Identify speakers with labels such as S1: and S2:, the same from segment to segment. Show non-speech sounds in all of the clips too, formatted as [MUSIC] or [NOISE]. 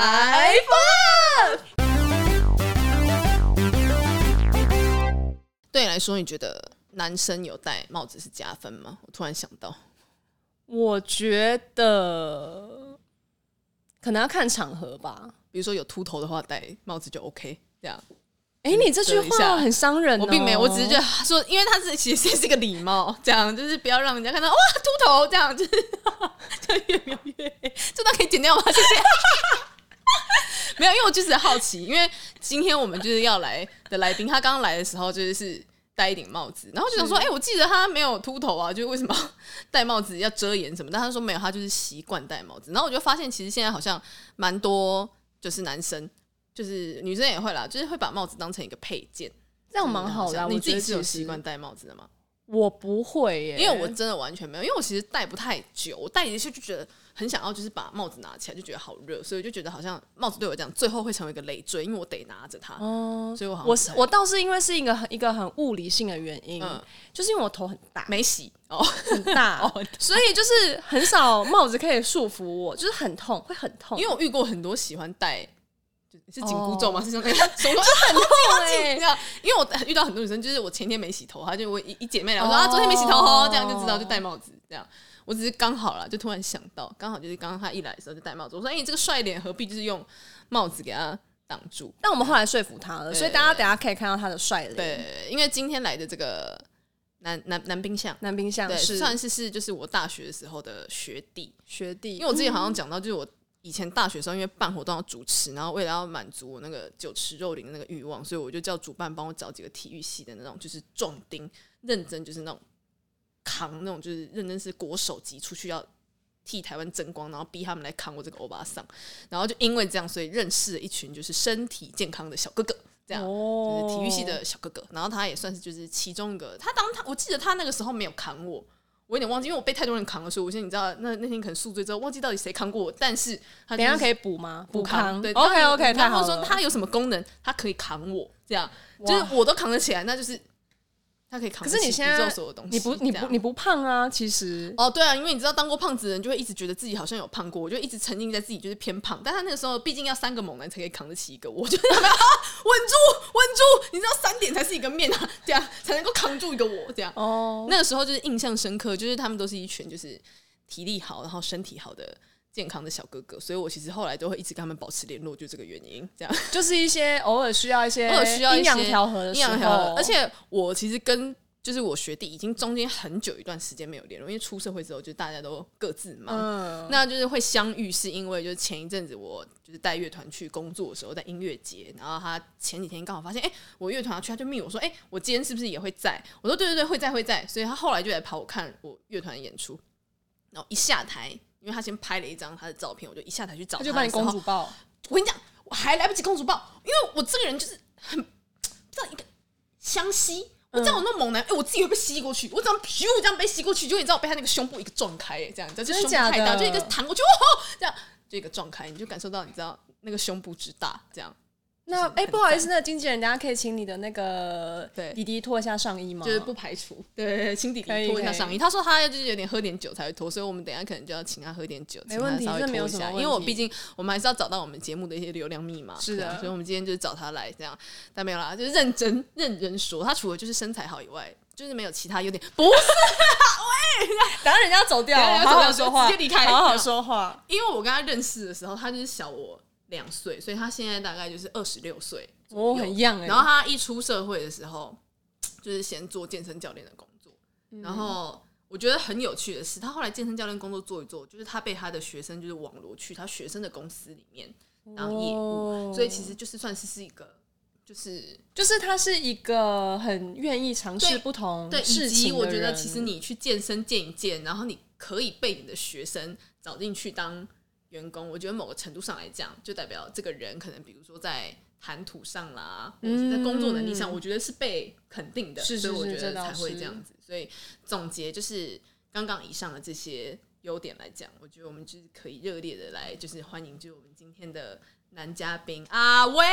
S1: Five Up。对你来说，你觉得男生有戴帽子是加分吗？我突然想到，
S2: 我觉得可能要看场合吧。
S1: 比如说有秃头的话，戴帽子就 OK。这样，
S2: 哎、你这句
S1: 等一下
S2: 话很伤人、哦。
S1: 我并没有，我只是觉得说，因为他是其实是一个礼貌，这样就是不要让人家看到哇秃头，这样就是 [LAUGHS] 就越描越黑。这段可以剪掉吗？谢 [LAUGHS] 谢。没有，因为我就只是好奇，因为今天我们就是要来的来宾，他刚来的时候就是是戴一顶帽子，然后就想说，哎、我记得他没有秃头啊，就是为什么 [LAUGHS] 要戴帽子要遮掩什么？但他说没有，他就是习惯戴帽子。然后我就发现，其实现在好像蛮多就是男生，就是女生也会啦，就是会把帽子当成一个配件。
S2: 这样蛮好的啊、我
S1: 你自己
S2: 觉得
S1: 是有
S2: 其实
S1: 习惯，戴帽子的吗？
S2: 我不会耶、
S1: 因为我真的完全没有，因为我其实戴不太久，我戴一下就觉得很想要，就是把帽子拿起来，就觉得好热，所以就觉得好像帽子对我这样，最后会成为一个累赘，因为我得拿着它，
S2: 哦，
S1: 所以我好像
S2: 我是我倒是因为是一个很一个很物理性的原因，
S1: 嗯
S2: 就是因为我头很
S1: [LAUGHS]
S2: 大
S1: 没洗哦，
S2: 很大，所以就是很少帽子可以束缚我，就是很痛，会很痛，
S1: 因为我遇过很多喜欢戴。就是紧箍咒吗？是像那个 [LAUGHS] 什么
S2: 很痛 [LAUGHS] 哎、
S1: 这样？啊因为我遇到很多女生，就是我前天没洗头，她就我一一姐妹来我说、
S2: 哦
S1: 啊，昨天没洗头哦，这样就知道就戴帽子这样。我只是刚好啦，就突然想到，刚好就是刚刚她一来的时候就戴帽子。我说，哎、你这个帅脸何必就是用帽子给她挡住？
S2: 但我们后来说服他了，所以大家等一下可以看到他的帅脸。
S1: 对，因为今天来的这个南南南冰巷，
S2: 南冰像
S1: 对，
S2: 是
S1: 算是是就是我大学的时候的学弟，
S2: 学弟，嗯
S1: 因为我之前好像讲到，就是我以前大学的时候，因为办活动要主持，然后为了要满足我那个酒池肉林的那个欲望，所以我就叫主办帮我找几个体育系的那种，就是壮丁，认真就是那种扛那种，就是认真是国手级出去要。替台湾争光，然后逼他们来扛我这个欧巴桑，然后就因为这样，所以认识了一群就是身体健康的小哥哥，这样。
S2: 哦
S1: 就是体育系的小哥哥，然后他也算是就是其中一个。他当他我记得他那个时候没有扛我，我有点忘记，因为我被太多人扛了，所以我现在你知道那那天可能宿醉之后忘记到底谁扛过我，但是他
S2: 等一下可
S1: 以
S2: 以补吗？
S1: 补
S2: 康，
S1: 对
S2: OK
S1: 他
S2: OK，太
S1: 然
S2: 好
S1: 后
S2: 了。
S1: 说他有什么功能，他可以扛我，这样
S2: 哇
S1: 就是我都扛得起来，那就是他可以扛
S2: 可
S1: 得起。
S2: 是你现
S1: 宇宙
S2: 在
S1: 所有东西，
S2: 你不你
S1: 这
S2: 不
S1: 样
S2: 你不胖啊，其实
S1: 哦，对啊，因为你知道，当过胖子的人就会一直觉得自己好像有胖过，我就一直沉浸在自己就是偏胖。但他那个时候毕竟要三个猛男才可以扛得起一个我，我就 [LAUGHS] 得啊，稳住，稳住！你知道三点才是一个面啊，这样才能够扛住一个我，这样。
S2: 哦，
S1: 那个时候就是印象深刻，就是他们都是一群就是体力好，然后身体好的健康的小哥哥，所以我其实后来都会一直跟他们保持联络，就这个原因，这样。
S2: 就是一些偶尔需要一
S1: [LAUGHS]
S2: 些
S1: 偶尔需要一些
S2: 阴阳调和的
S1: 阴
S2: 时候
S1: 阳，调和。而且我其实跟就是我学弟已经中间很久一段时间没有联络，因为出社会之后就大家都各自忙，
S2: 嗯，
S1: 那就是会相遇，是因为就是前一阵子我就是带乐团去工作的时候，在音乐节，然后他前几天刚好发现，哎、我乐团要去，他就密我说，哎、我今天是不是也会在？我说对对对，会在会在，所以他后来就来跑我看我乐团的演出，然后一下台，因为他先拍了一张他的照片，我就一下台去找
S2: 他
S1: 他
S2: 就把你
S1: 的时候
S2: 公主抱，
S1: 我跟你讲，我还来不及公主抱，因为我这个人就是很这样一个相吸。我这样我弄猛男，哎、我自己会被吸过去，我怎么咻这样被吸过去？就你知道我被他那个胸部一个撞开、哎这样，你知道就
S2: 真的
S1: 胸部
S2: 假
S1: 太大，
S2: 的
S1: 就一个弹过去，哦，这样就一个撞开，你就感受到你知道那个胸部之大，这样
S2: 那哎、不好意思，那经纪人，等下可以请你的那个
S1: 对
S2: 弟弟脱一下上衣吗？
S1: 就是不排除对亲弟弟
S2: 可以
S1: 脱一下
S2: 可以
S1: 上衣。他说他就是有点喝点酒才会脱，所以我们等一下可能就要请他喝点酒，
S2: 没
S1: 请他
S2: 问题
S1: 稍微
S2: 这没
S1: 脱
S2: 有
S1: 一
S2: 什么
S1: 下因
S2: 问
S1: 为我
S2: 题
S1: 毕竟我们还是要找到我们节目的一些流量密码，
S2: 是的
S1: 这样所以我们今天就是找他来这样，但没有啦，就是认真认真说，他除了就是身材好以外。就是没有其他优点，不是
S2: [LAUGHS] 等下人家走掉，
S1: 等下人家走掉
S2: 好好说话，
S1: 直接离开
S2: 好好说话。
S1: 因为我跟他认识的时候，他就是小我两岁，所以他现在大概就是二十六岁，
S2: 我、很 young 哎、
S1: 然后他一出社会的时候，就是先做健身教练的工作，然后我觉得很有趣的是，他后来健身教练工作做一做，就是他被他的学生就是网罗去他学生的公司里面当业务，
S2: 哦
S1: 所以其实就是算是是一个。就是
S2: 就是他是一个很愿意尝试
S1: 对
S2: 不同
S1: 对，以
S2: 事
S1: 及
S2: 情的
S1: 我
S2: 人。
S1: 觉得其实你去健身健一健，然后你可以被你的学生找进去当员工，我觉得某个程度上来讲，就代表这个人可能比如说在谈吐上啦，或者是在工作能力上，
S2: 嗯
S1: 我觉得是被肯定的，
S2: 是是
S1: 所以我
S2: 是
S1: 觉
S2: 这
S1: 得
S2: 倒
S1: 才会
S2: 是
S1: 这样子。所以总结就是刚刚以上的这些优点来讲，我觉得我们就是可以热烈的来，就是欢迎就是我们今天的男嘉宾阿威。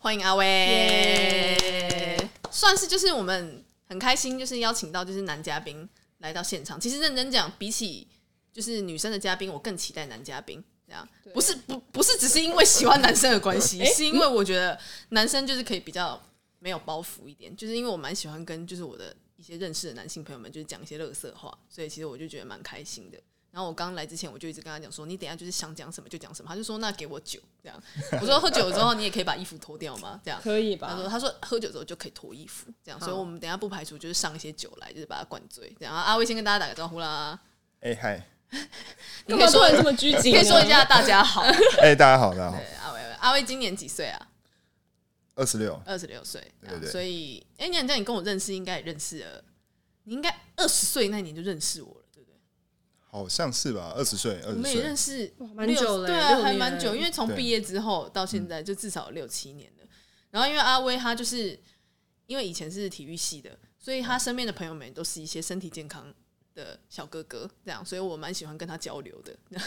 S1: 欢迎阿威
S2: 耶
S1: 算是就是我们很开心，就是邀请到就是男嘉宾来到现场。其实认真讲，比起就是女生的嘉宾，我更期待男嘉宾。这样
S2: 对
S1: 不是不不是只是因为喜欢男生的关系，
S2: [LAUGHS] 诶
S1: 是因为我觉得男生就是可以比较没有包袱一点，就是因为我蛮喜欢跟就是我的一些认识的男性朋友们就是讲一些乐色话，所以其实我就觉得蛮开心的。然后我刚来之前，我就一直跟他讲说，你等一下就是想讲什么就讲什么。他就说那给我酒，这样。我说喝酒之后你也可以把衣服脱掉吗？这样。
S2: 可以
S1: 他
S2: 吧
S1: 说：“？他说喝酒之后就可以脱衣服，这样，所以
S2: 好
S1: 我们等一下不排除就是上一些酒来，就是把他灌醉。这样，啊阿威先跟大家打个招呼啦，
S3: 哎嗨，
S1: 你可
S2: 干嘛
S1: 以
S2: 突
S1: 说
S2: 然这么拘谨？啊
S1: 你可以说一，下大家好。对啊
S3: 哎大家好，大家好，
S1: 阿威，阿威今年几岁啊？
S3: 二十六，
S1: 二十六岁。这样
S3: 对对对
S1: 所以，哎、你讲你跟我认识，应该也认识了，你应该二十岁那年就认识我了，对不对？
S3: 好像是吧，二十岁，二
S1: 我
S3: 十
S1: 们也
S3: 岁
S1: 认，识
S2: 哇蛮
S1: 六
S2: 久了
S1: 对
S2: 六
S1: 啊，
S2: 年
S1: 还蛮久，因为从
S3: 对
S1: 毕业之后到现在就至少有六七年
S2: 嗯
S1: 了。然后因为阿威他就是因为以前是体育系的，所以他身边的朋友们都是一些身体健康的小哥哥，这样，所以我蛮喜欢跟他交流的， [LAUGHS]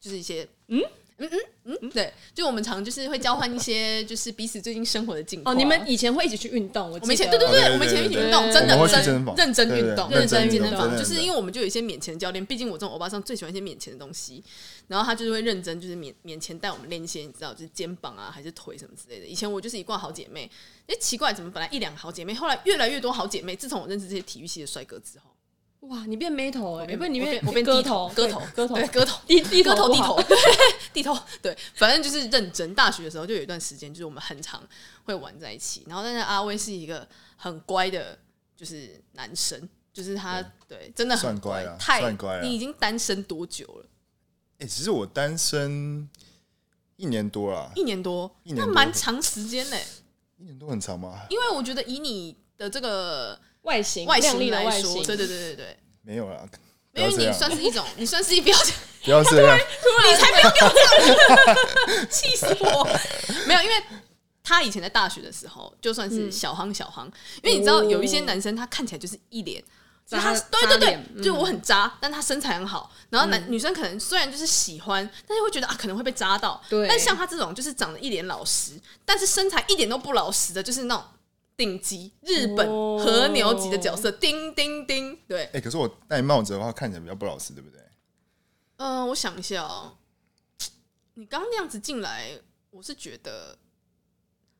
S1: 就是一些嗯。嗯嗯嗯，对，就我们常就是会交换一些就是彼此最近生活的近况。
S2: 哦，你们以前会一起去运动，我
S1: 我们以前对
S2: 记得
S1: 对对，
S3: 哦对
S1: 我们以前一
S3: 对
S1: 起
S3: 对
S1: 运动，
S2: 对
S1: 真的
S2: 我们会去
S1: 认
S3: 健身房
S1: 认真运动，
S3: 对对对
S1: 真
S3: 认真
S1: 健身
S3: 运动
S1: 房，
S3: 真的
S1: 就是因
S3: 真的
S1: 为我们就有一些免钱教练，毕竟我这种欧巴桑最喜欢一些免钱的东西，然后他就是会认真就是免免钱带我们练一些你知道就是肩膀啊还是腿什么之类的。以前我就是一挂好姐妹，哎奇怪，怎么本来一两个好姐妹，后来越来越多好姐妹。自从我认识这些体育系的帅哥之后，
S2: 哇，你变眉头哎，
S1: 变
S2: 不是你
S1: 我
S2: 变
S1: 变我变
S2: 割
S1: 低
S2: 头，
S1: 割头
S2: 割头，
S1: 对割头。
S2: 低低
S1: 低头
S2: 头
S1: 低
S2: 不好
S1: 头，对低头对，反正就是认真。大学的时候就有一段时间，就是我们很常会玩在一起。然后，但是阿威是一个很乖的，就是男生，就是他对真的很
S3: 算乖啦
S1: 太
S3: 算乖啦
S1: 你已经单身多久了？
S3: 哎，其实我单身一年多啦，
S1: 一年多，
S3: 一年
S1: 那
S3: 多
S1: 蛮长时间嘞。
S3: 一年多很长吗？
S1: 因为我觉得以你的这个
S2: 外形
S1: 外
S2: 亮丽
S1: 形
S2: 的
S1: 来
S2: 外
S1: 说，
S2: 形，
S1: 对对对对对。
S3: 没有啦，不
S1: 因为
S3: 要这
S1: 你
S3: 样，
S1: 算是一种，你算是一标准，
S3: 不要这
S1: [LAUGHS]
S3: 样，
S1: 你才没有给我这
S2: [LAUGHS]
S1: 样，气死我！没有，因为他以前在大学的时候，就算
S2: 嗯
S1: 是小夯小夯，因为你知道有一些男生他看起来就是一
S2: 哦
S1: 脸。就是他
S2: 渣
S1: 对对
S2: 渣
S1: 对
S2: 脸，嗯
S1: 就我很渣，但他身材很好。然后男、女生可能虽然就是喜欢，但是会觉得啊可能会被渣到。
S2: 对
S1: 但像他这种就是长得一脸老实，但是身材一点都不老实的，就是那种顶级日本
S2: 哦
S1: 和牛级的角色，叮叮叮。对，
S3: 哎，可是我戴帽子的话看起来比较不老实，对不对？
S1: 嗯、我想一下哦，你刚那样子进来，我是觉得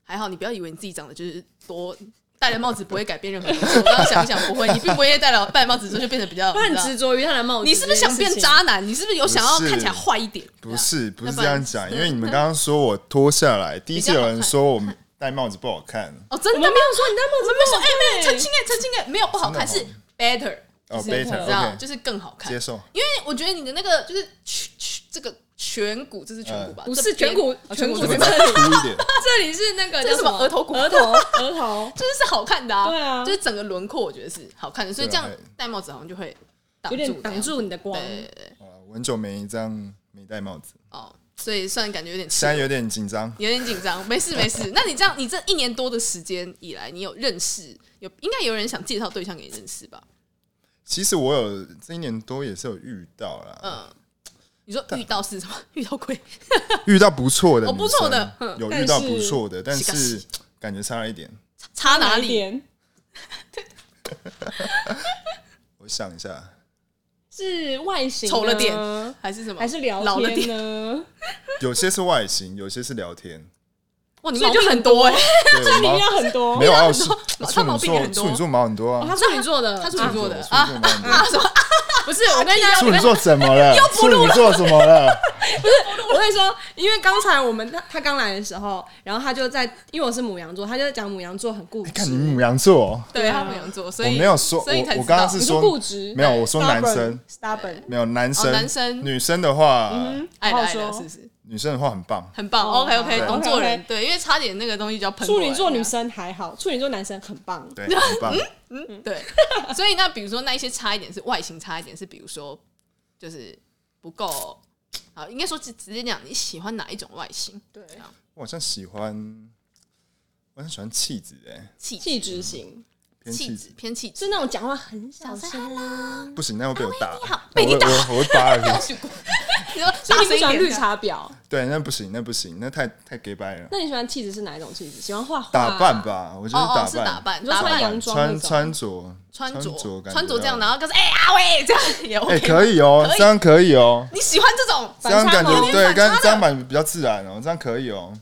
S1: 还好，你不要以为你自己长得就是多戴了帽子不会改变任何东西。我刚刚想一想，不会，你并不会戴了戴了帽子之后就变得比较，
S2: 他很
S1: 你知道
S2: 执着于他的帽子，
S1: 你是不是想变？渣男？你是不是有想要
S3: 不是
S1: 看起来坏一点？
S3: 不是，不
S1: 那
S3: 是
S1: 啊不
S3: 这
S1: 然
S3: 样讲，因为
S1: [LAUGHS]
S3: 你们刚刚说我脱下来，第一次有人说我戴帽子不好看，
S1: 哦，真
S2: 我
S1: 的
S2: 们
S1: 吗
S2: 没？有说你戴帽子，没有说哎，
S1: 没有澄清哎，澄清哎，没有不好看，
S3: 真
S1: 是
S3: 的哦
S1: better，
S3: 哦
S1: 就是
S2: ，better，
S1: 你知道
S3: OK
S1: 就是更好看。
S3: 接受，
S1: 因为我觉得你的那个就是颧颧这个颧骨，这是颧骨吧？
S2: 不
S1: 这
S2: 是
S1: 边
S2: 颧骨
S1: 哦颧
S2: 颧
S1: 骨
S2: 骨
S3: 这
S1: 这
S3: 么
S1: 边
S2: 这边 [LAUGHS]
S3: 粗一点，
S2: 这里是那个
S1: 这
S2: 叫
S1: 是什么额头骨，
S2: 额头， [LAUGHS] 额头
S1: [LAUGHS] 就是是好看的啊，
S2: 对啊
S1: 就是整个轮廓我觉得是好看的，所以这样
S3: 对啊
S1: 戴帽子好像就会挡
S2: 有
S1: 住
S2: 点挡
S1: 这样
S2: 住你的光。
S1: 对对对
S3: 啊，我很久没这样没戴帽子，
S1: 哦，所以算感觉有点
S3: 现在有点紧张。
S1: 有点紧张，没事没
S3: [LAUGHS]
S1: 事。那你这样，你这一年多的时间以来，你有认识有应该有人想介绍对象给你认识吧？
S3: 其实我有这一年多也是有遇到啦，
S1: 嗯，你说遇到是什么？ [LAUGHS] 遇到
S2: [LAUGHS]
S1: 鬼？
S3: 遇到不错的
S1: 哦
S3: 女生，
S1: 不错的嗯
S3: 有
S2: 但是
S3: 遇到不错的，但
S1: 是个
S3: 是
S1: 戏
S3: 感觉差了一点。
S1: 差哪里？
S2: 点？
S3: 我想一下，
S2: 是外形呢
S1: 丑了点还是什么？
S2: 还是聊
S1: 老了
S2: 天
S1: 点？
S2: 呢？ [LAUGHS]
S3: 有些是外形，有些是
S1: [LAUGHS]
S3: 聊天，
S1: 哇，你
S2: 所
S1: 毛
S2: 以就
S1: 病很
S2: 很
S1: 多哎、
S3: 对，
S2: 明
S3: 毛
S2: 明要很多。
S3: 没有啊，我
S1: 很
S3: 是
S1: 多毛
S3: 处
S1: 他毛
S3: 女
S1: 病也
S3: 座，
S1: 很多
S3: 处女座毛很多
S2: 哦
S3: 啊，
S2: 他处女座的，
S1: 他处女座的
S3: 处女座毛
S2: 嗯
S3: 很多。
S1: 啊
S2: [LAUGHS]
S1: 什么？
S2: 不是我跟你讲，
S1: [LAUGHS]
S3: 处女座怎么了？处女座怎么了？
S2: 我跟你说，因为刚才我们他他刚来的时候，然后他就在，因为我是母羊座，他就讲母羊座很固执。
S3: 你哎看你母羊座，哦
S1: 对他母羊座，所
S3: 我
S1: 以
S3: 没有说，
S1: 所以才
S3: 我
S1: 知
S3: 我刚刚
S1: 道
S3: 是
S2: 你
S3: 说
S2: 固执，
S3: 没有，我说男生
S2: stubborn，
S3: 没有
S1: 嗯
S3: 男
S1: 哦
S3: 生，
S1: 男生嗯
S3: 女生的话，
S1: 爱了
S2: 好好
S1: 爱了，
S2: 说
S1: 是不是？
S3: 女生的话很棒，
S1: 很棒
S2: 哦
S1: ，OK OK，
S3: 对
S1: 懂做人
S2: OK，OK
S1: 对，因为差点那个东西就要喷过
S2: 处
S1: 来。
S2: 女座女
S1: 生。
S2: 生还好，处女座男生很棒。
S3: 对，很
S1: 嗯
S3: 棒。
S1: 对， [LAUGHS] 所以那比如说那一些差一点是外形差一点是，比如说就是不够好，应该说直直接讲你喜欢哪一种外形
S2: 对，
S3: 我好像喜欢，我很喜欢气质哎，
S1: 气质
S2: 气质型
S3: 偏
S1: 气
S3: 气
S1: 质
S3: 质。
S1: 偏气质。
S2: 是那种讲话很小声啊，
S3: 不行，那会被我打
S1: 你好，
S3: 那
S1: 被你打
S3: 我会我会我会打耳
S1: 你说
S2: 所以
S1: 大声
S2: 啊你不
S1: 一
S2: 喜欢
S1: 点
S2: 绿，茶婊，
S3: [LAUGHS] 对，那不行，那不行，那太太 gay 掰了。
S2: 那你喜欢气质是哪一种气质？喜欢画画、
S3: 打扮？吧，我觉得
S1: 哦哦是
S3: 扮，
S1: 打扮
S2: 你说
S1: 打
S2: 穿
S1: 扮
S2: 洋装那
S3: 穿
S2: 种
S3: 穿着，
S1: 穿着
S3: 着感觉
S1: 穿着这样，
S3: 要
S1: 然后告诉哎阿伟 [LAUGHS] 这样也
S3: 哎、
S1: OK，
S3: 可以哦
S1: 可，以
S3: 这样可以哦，
S1: 你喜欢这种
S3: 这样
S2: 反
S3: 感
S2: 差萌
S3: 觉
S1: 有
S3: 对，
S1: 点反
S3: 这
S1: 差
S3: 样
S1: 的
S3: 这样版比较自然哦，这样可以哦。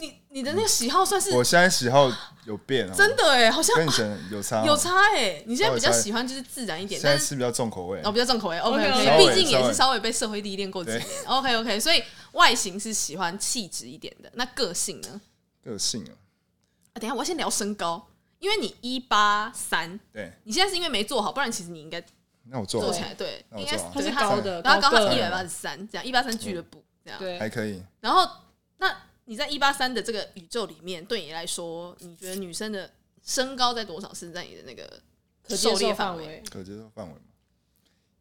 S1: 你你的那个喜好算是
S3: 我现在喜好有变哦，
S1: 真的哎、好像
S3: 跟以前有差、哦，
S1: [LAUGHS] 有差哎、你现在比较
S3: 稍微差
S1: 喜欢就是自然一点，
S3: 现在
S1: 但是
S3: 吃比较重口味
S1: 哦，比较重口味，OK
S2: OK，
S1: OK，
S2: 稍
S3: 微
S1: 毕竟也
S3: 稍
S1: 是
S3: 微
S1: 稍微被社会历练过几年，OK OK，所以外形是喜欢气质一点的，那个性呢？
S3: 个性哦，
S1: 啊，等一下我要先聊身高，因为你一八三，
S3: 对，
S1: 你现在是因为没做好，不然其实你应该
S3: 那我做
S1: 做
S3: 好
S1: 起来，对，
S3: 哦那我
S1: 应该
S3: 做好嗯
S2: 他是
S1: 对他
S2: 高的，
S1: 然后刚好
S2: 个
S1: 一百八十三，这样一八三俱乐部这样，
S2: 对
S3: 还可以。
S1: 然后那你在一八三的这个宇宙里面，对你来说，你觉得女生的身高在多少是在你的那个
S2: 可
S1: 狩
S2: 接
S1: 猎
S2: 受
S1: 范
S2: 范
S1: 围？
S2: 围。
S3: 可接受范围吗？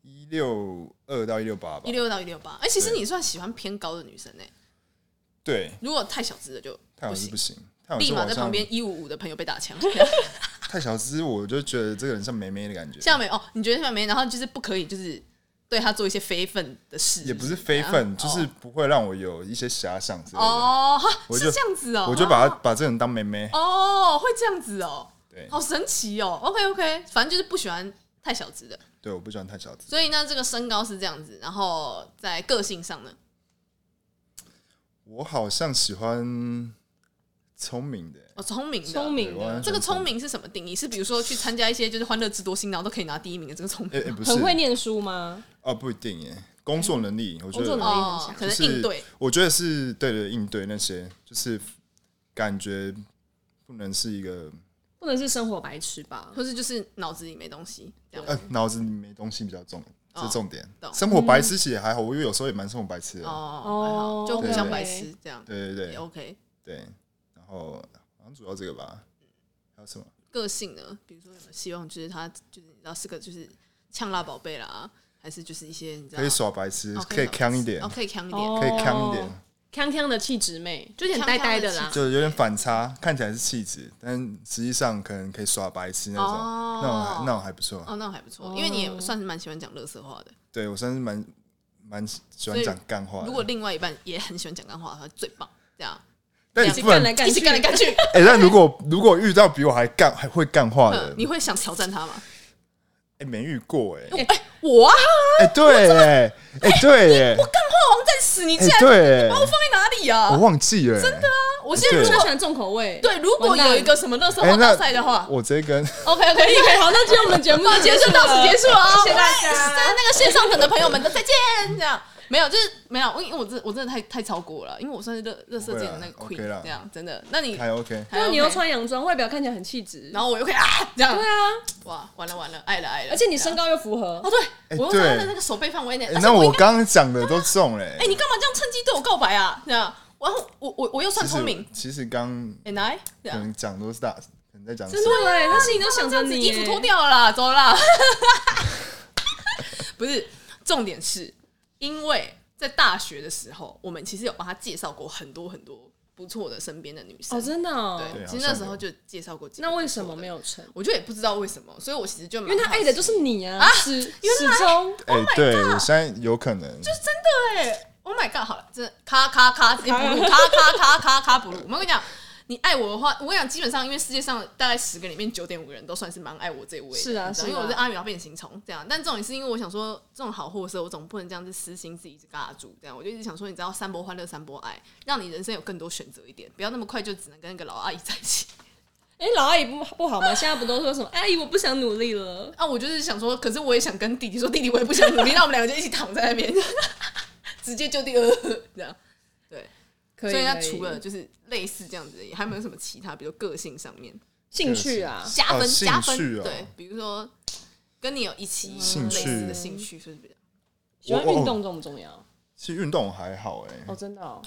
S3: 一六二到一六八吧
S1: 一。六到一六八，哎，其实
S3: 对
S1: 你算喜欢偏高的女生呢、欸
S3: 对，
S1: 如果太小只的就
S3: 太小
S1: 不
S3: 只
S1: 行
S3: 不，行，太小
S1: 立
S3: 只
S1: 马
S3: 我
S1: 在旁
S3: 像
S1: 边一五五的朋友被打枪， [LAUGHS]
S3: 太小只，我就觉得这个人像梅梅的感觉，
S1: 像没哦，你觉得像没？然后就是不可以，就是对她做一些非分的事，
S3: 也不是非分，
S2: 哦
S3: 就是不会让我有一些遐想之类的。
S1: 哦，哦哈
S3: 我
S1: 是
S3: 就
S1: 这样子哦，
S3: 我就把他
S1: 哦
S3: 把这个人当妹妹，
S1: 哦，会这样子哦，
S3: 对
S1: 好神奇哦，OK OK，反正就是不喜欢太小只的，
S3: 对，我不喜欢太小只。
S1: 所以呢，这个身高是这样子，然后在个性上呢，
S3: 我好像喜欢聪明的，
S1: 哦，聪明的，
S2: 聪明
S3: 对我
S2: 的
S3: 很，
S1: 这个聪明是什么定义？是比如说去参加一些就是欢乐智多星，然后都可以拿第一名的这个聪明
S3: 诶诶不是
S2: 很会念书吗？
S3: 哦，不一定耶，工作能力，我觉
S2: 工作
S3: 得
S2: 能力很
S1: 哦
S2: 强，
S1: 可能
S3: 就是
S1: 应对
S3: 我觉得是对的，应对那些就是感觉不能是一个
S2: 不能是生活白痴吧？
S1: 或是就是脑子里没东西这样。
S3: 呃脑子里没东西比较重，这
S1: 哦
S3: 是重点。
S1: 懂
S3: 生活白痴其实也还好，我有时候也蛮生活白痴的。
S1: 哦，还好
S2: 嗯哦
S1: 就互
S3: 对
S1: 相
S3: 对
S1: 白
S2: 对
S1: 痴这样
S3: 对对
S1: 也
S3: 对
S1: OK。
S3: 对，然后好像主要这个吧，还有什么？
S1: 个性呢，比如说有没有希望就是他就是你知道是个就是呛辣宝贝啦，还是就是一些你知道
S3: 可以耍白痴，
S1: 哦
S3: 可以强一点
S1: 哦，，可以强一
S2: 哦
S1: 点，
S3: 可以强一点，
S2: 康康的气质妹，就有点
S1: 锵锵
S2: 呆呆
S1: 的
S2: 的啦
S1: 气。
S3: 就有点反差，看起来是气质，但实际上可能可以耍白痴那种，
S1: 哦
S3: 那种还那种还不错。
S1: 哦，那还不错，
S2: 哦
S1: 因为你也算是蛮喜欢讲乐色话的。
S3: 对我算是蛮蛮喜
S1: 所
S3: 欢
S1: 以
S3: 讲干话的，
S1: 如果另外一半也很喜欢讲干话，他最棒，这样
S3: 但你
S2: 一起
S3: 不能
S2: 干来干
S1: 一
S2: 去，
S1: 起干来干去，
S3: 哎、但如果如果遇到比我还干还会干话的
S1: 嗯，你会想挑战他吗？
S3: 哎、没遇过哎、
S2: [LAUGHS]
S1: 哎，我啊，
S3: 哎、对哎、哎、对哎、
S1: 干话王战士，你
S3: 哎、
S1: 竟然
S3: 对哎、
S1: 把我放在哪里
S3: 我
S1: 啊？
S3: 忘记了、真哎的、
S1: 我现在如
S2: 他
S1: 果
S2: 喜欢重口味。
S1: 对，如果
S2: 完蛋
S1: 有一个什么乐色
S3: 哎、
S1: 话大
S3: 那
S1: 赛的话
S3: 我直接跟
S1: ，OK OK，
S2: 可 [LAUGHS] 以，好，那今天我们节目
S1: 好，结束到此结束了哦，
S2: 谢谢大家
S1: 在那个线上等的朋友们都再见，这样没有，就是没有，因为我真的我真的太太超过了，因为我算是热热色界的那个
S3: 不会啦
S1: queen，
S3: OK 啦
S1: 这样真的。那啊你
S3: 还 OK，
S1: 还
S2: 因为你又
S1: OK，
S2: 穿洋装，外表看起来很气质，
S1: 然后我又可以啊，这样
S2: 对啊，
S1: 哇，完了完了，爱了爱了，
S2: 而且你身高又符合
S1: 这样哦，对，我
S3: 哎
S1: 用他的
S3: 对
S1: 那个手背范围内
S3: 哎，
S1: 而且
S3: 那
S1: 我应
S3: 我
S1: 该
S3: 刚刚讲的都中了、哎
S1: 哎，你干嘛这样趁机对我告白啊？这样，然后我我我又算聪明，
S3: 其实其实刚
S1: 哎来，这
S3: 可
S1: 样。
S3: 能讲都是大，可能在讲
S2: 真的哎，那是你都想
S1: 这
S2: 着
S1: 样子
S2: 你欸
S1: 衣服脱，掉了啦，走了啦。 [LAUGHS] 不是，重点是因为在大学的时候，我们其实有帮他介绍过很多很多不错的身边的女生。
S2: 哦，真的哦，
S1: 对，
S3: 对
S1: 其实
S3: 好
S1: 那
S3: 像
S1: 时候
S3: 有
S1: 就介绍过。
S2: 那为什么没
S1: 有？
S2: 有成？
S1: 我就也不知道为什么，所以我其实就因
S2: 因为他爱的就是你啊，始始终
S3: 哎、对
S1: 啊
S3: 我现在有可能，
S1: 对，Oh my god，好了，真的咔咔咔直接不录，咔咔咔咔咔不录。我们跟你讲，你爱我的话，我跟你讲，基本上因为世界上大概十个里面九点五个人都算是蛮爱我这一位的，
S2: 是啊
S1: 你知道
S2: 是啊
S1: 因为我是阿苗变形虫这样。但这种也是因为我想说，这种好货色，我总不能这样子私心自己一直尬住这样。我就一直想说，你知道，三波欢乐三波爱，让你人生有更多选择一点，不要那么快就只能跟一个老阿姨在一起。 [LAUGHS]
S2: 哎，老阿姨不不好吗？现在不都说什么阿姨我不想努力了？
S1: 啊，我就是想说，可是我也想跟弟弟说，弟弟我也不想努力，那我们两个就一起躺在那边， [LAUGHS] 直接就地呃这样。对，
S2: 可
S1: 所以那
S2: 可啊
S1: 除了就是类似这样子的，也还没有什么其他，比如个性上面
S2: 兴趣啊，
S1: 加分、
S3: 哦兴
S1: 加分，
S3: 趣哦
S1: 对，比如说跟你有一起
S3: 兴
S1: 类似的
S3: 趣
S1: 兴趣，是不是比较？
S2: 喜欢
S3: 我
S1: 哦
S2: 运动重不重要？
S3: 其实运动还好哎、
S2: 哦，真的哦，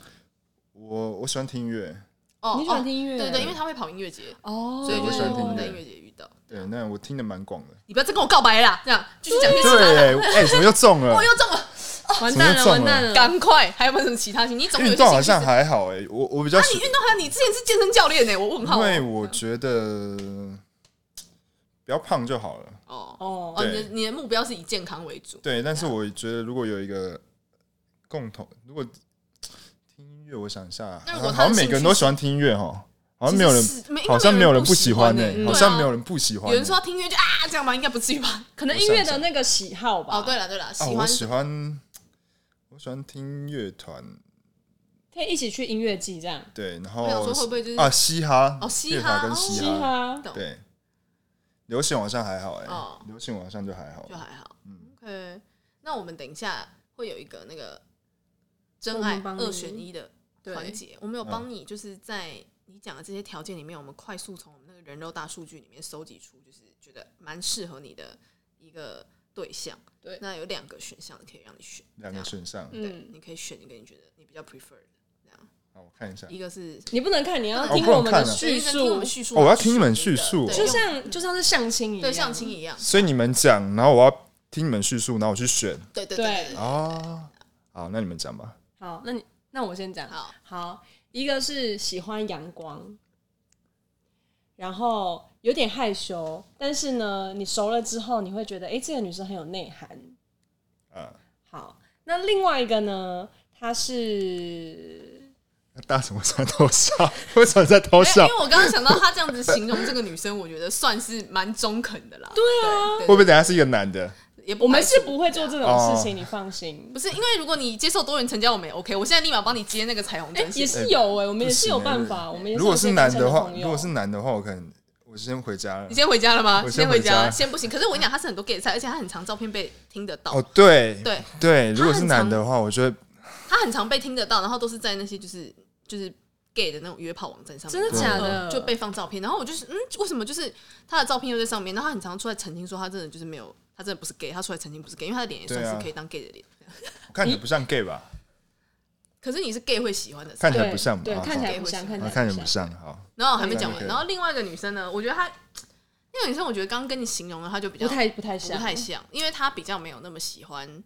S3: 我我喜欢听音乐，
S1: 哦
S2: 你喜欢听音乐
S1: 哦对对，因为他会跑音乐节，
S2: 哦，
S1: 所以就
S3: 我
S1: 是
S3: 喜欢听
S1: 我
S3: 音
S1: 们
S3: 乐
S1: 在音乐节遇到。
S3: 对，那我听的蛮广的。
S1: 你不要再跟我告白啦，这样继续讲下去。
S3: 对，哎、
S1: [LAUGHS]
S3: 哎怎么又中了
S1: 我？又中了，
S2: 完蛋了，完蛋了，
S1: 赶快！还有没有什么其他兴趣？你总有一些
S3: 运动
S1: 兴
S3: 好
S1: 趣
S3: 像
S1: 是。啊
S3: 还好哎、我我比较喜
S1: 你运动还有你之前是健身教练呢、我问
S3: 因
S1: 号哦
S3: 为我觉得不要胖就好了。
S1: 哦。
S2: 哦
S1: 哦，你的
S3: 对
S1: 你的目标是以健康为主，
S3: 对，但是我觉得如果有一个共同，如果听音乐，我想一下，
S1: 那如
S3: 好
S1: 果
S3: 像
S1: 他
S3: 好
S1: 的
S3: 像每
S1: 兴
S3: 个人
S1: 趣
S3: 都
S1: 是
S3: 喜欢听音乐哈，好像没有人
S1: 其实是没，应该
S3: 好像
S1: 没
S3: 没
S1: 有
S3: 有
S1: 人
S3: 人
S1: 不
S3: 不
S1: 喜
S3: 喜
S1: 欢
S3: 欢
S1: 欸
S3: 呢，
S1: 嗯
S3: 好
S1: 对啊
S3: 像没有人不喜欢欸。
S1: 有人说听音乐就啊这样吧，应该不至于吧？
S2: 可能音乐的那个喜好吧。
S1: 哦，对了对了，喜
S3: 啊，
S1: 欢、
S3: 我喜欢，我喜欢听乐团，
S2: 可以一起去音乐季这样。
S3: 对，然
S1: 我想
S3: 后
S1: 说会不会就是
S3: 啊嘻哈
S1: 哦嘻哈
S3: 乐团跟嘻
S2: 嘻
S3: 哈，
S2: 哈，
S1: 懂
S3: 对，流行往上还好哎
S1: 哦，
S3: 流行往上就还好
S1: 就，还好。OK，那我们等一下会有一个那个
S2: 我
S1: 真
S2: 们
S1: 爱
S2: 帮
S1: 二
S2: 你
S1: 选一的
S2: 对
S1: 环节，我们有
S3: 嗯
S1: 帮你，就是在你讲的这些条件里面，我们快速从我们那个人肉大数据里面搜集出，就是觉得蛮适合你的一个对象。
S2: 对
S1: 那有两个选项可以让你选，
S3: 两个
S1: 这样
S3: 选项，
S1: 对，
S2: 嗯，
S1: 你可以选一个你觉得你比较 prefer 的，这样
S3: 好，我看一下，
S1: 一个是
S2: 你不能看，你要
S3: 哦
S2: 听
S3: 不能
S2: 我们的
S3: 看啊
S2: 叙
S1: 对你可以听我
S2: 述
S1: 们，叙述，
S3: 哦我要听你们
S1: 然后选一个
S3: 叙述哦
S1: 对
S2: 就
S1: 用
S2: 像就像是相亲一样，
S1: 对相亲一样，
S3: 所以你们讲，然后我要听你们叙述，然后我去选
S1: 对对
S2: 对
S1: 对，
S3: 哦。好，那你们讲吧。
S2: 好，那你那我先讲。
S1: 好，
S2: 好，一个是喜欢阳光，然后有点害羞，但是呢，你熟了之后，你会觉得，哎、这个女生很有内涵。
S3: 啊，
S2: 好，那另外一个呢，她是
S3: 那大什么在偷笑？为什么在
S1: 没
S3: 偷
S1: 有
S3: 笑
S1: 因？为我刚刚想到他这样子形容这个女生，我觉得算是蛮中肯的啦。对啊，
S3: 会不会等下是一个男的？
S1: 也不
S2: 我们
S1: 排除
S2: 是不会做这种事情，
S3: 哦
S2: 你放心
S1: 不。是因为如果你接受多元成交，我们也 OK。我现在立马帮你接那个彩虹
S2: 哎、
S1: 灯线，
S2: 也是有哎、我们也是有
S3: 不行
S2: 办法，我们也是
S3: 如果
S2: 有
S3: 是
S2: 可以
S3: 男
S2: 跟
S3: 的
S2: 的
S3: 话，
S2: 朋友
S3: 如果是男的话，我可能我先回家了
S1: 你。先回家了吗？你
S3: 我先
S1: 回
S3: 回家
S1: 家，先不行。可是我跟你讲，他是很多 gay 菜，而且他很常照片被听得到
S3: 哦，，对
S1: 对
S3: 对，如果
S1: 他
S3: 是
S1: 很
S3: 男
S1: 常
S3: 的话，我觉得
S1: 他很常被听得到，然后都是在那些就是就是 gay 的那种约炮网站上面，
S2: 真的假的
S1: 然后就被放照片，然后我就是嗯，为什么就是他的照片又在上面？然后他很常出来澄清说，他真的就是没有，他真的不是 gay，他出来澄清不是 gay，因为他的脸也算
S3: 对
S1: 是
S3: 啊
S1: 可以当 gay 的脸。
S3: 我看起来不像 gay 吧？
S1: 可是你是 gay 会喜欢的菜，
S3: 看起来
S2: 对
S3: 不像吧？
S2: 对，
S3: 啊
S2: 看起来不
S1: 好
S2: 像，
S1: 好
S2: 看起
S3: 啊
S2: 来
S3: 看起来
S2: 像
S3: 不。像。好，
S1: 然后还没讲完，
S3: 对
S1: 然后另外一个女生呢，我觉得她那个女生，我觉得刚刚跟你形容的，她就比较
S2: 不太不太
S1: 不
S2: 像，
S1: 太像，因为她比较没有那么喜欢